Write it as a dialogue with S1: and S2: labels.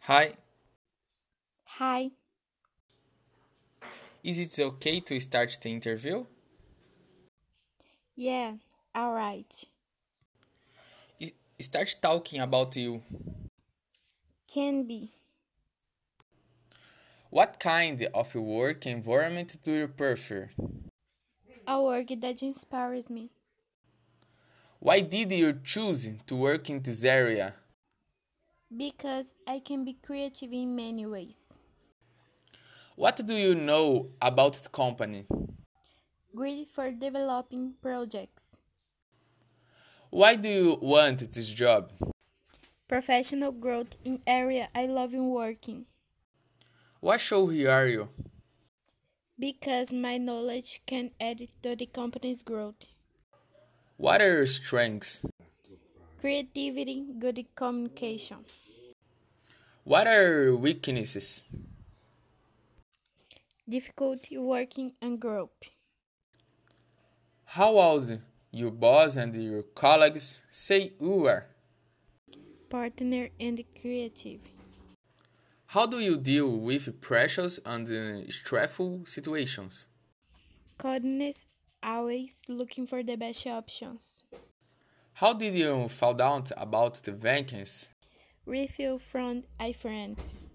S1: Hi,
S2: Hi,
S1: is it okay to start the interview?
S2: yeah, all right.
S1: I- Start talking about you.
S2: Can be.
S1: What kind of work environment do you prefer?
S2: A work that inspires me.
S1: Why did you choose to work in this area?
S2: Because I can be creative in many ways.
S1: What do you know about the company?
S2: Great for developing projects.
S1: Why do you want this job?
S2: Professional growth in area I love in working.
S1: Why show here are you?
S2: Because my knowledge can add to the company's growth.
S1: What are your strengths?
S2: Creativity, good communication.
S1: What are your weaknesses?
S2: Difficulty working in group.
S1: How old your boss and your colleagues say you are?
S2: Partner and creative.
S1: How do you deal with pressures and uh, stressful situations?
S2: Coldness always looking for the best options.
S1: How did you find out about the vacancy?
S2: Refill from a friend.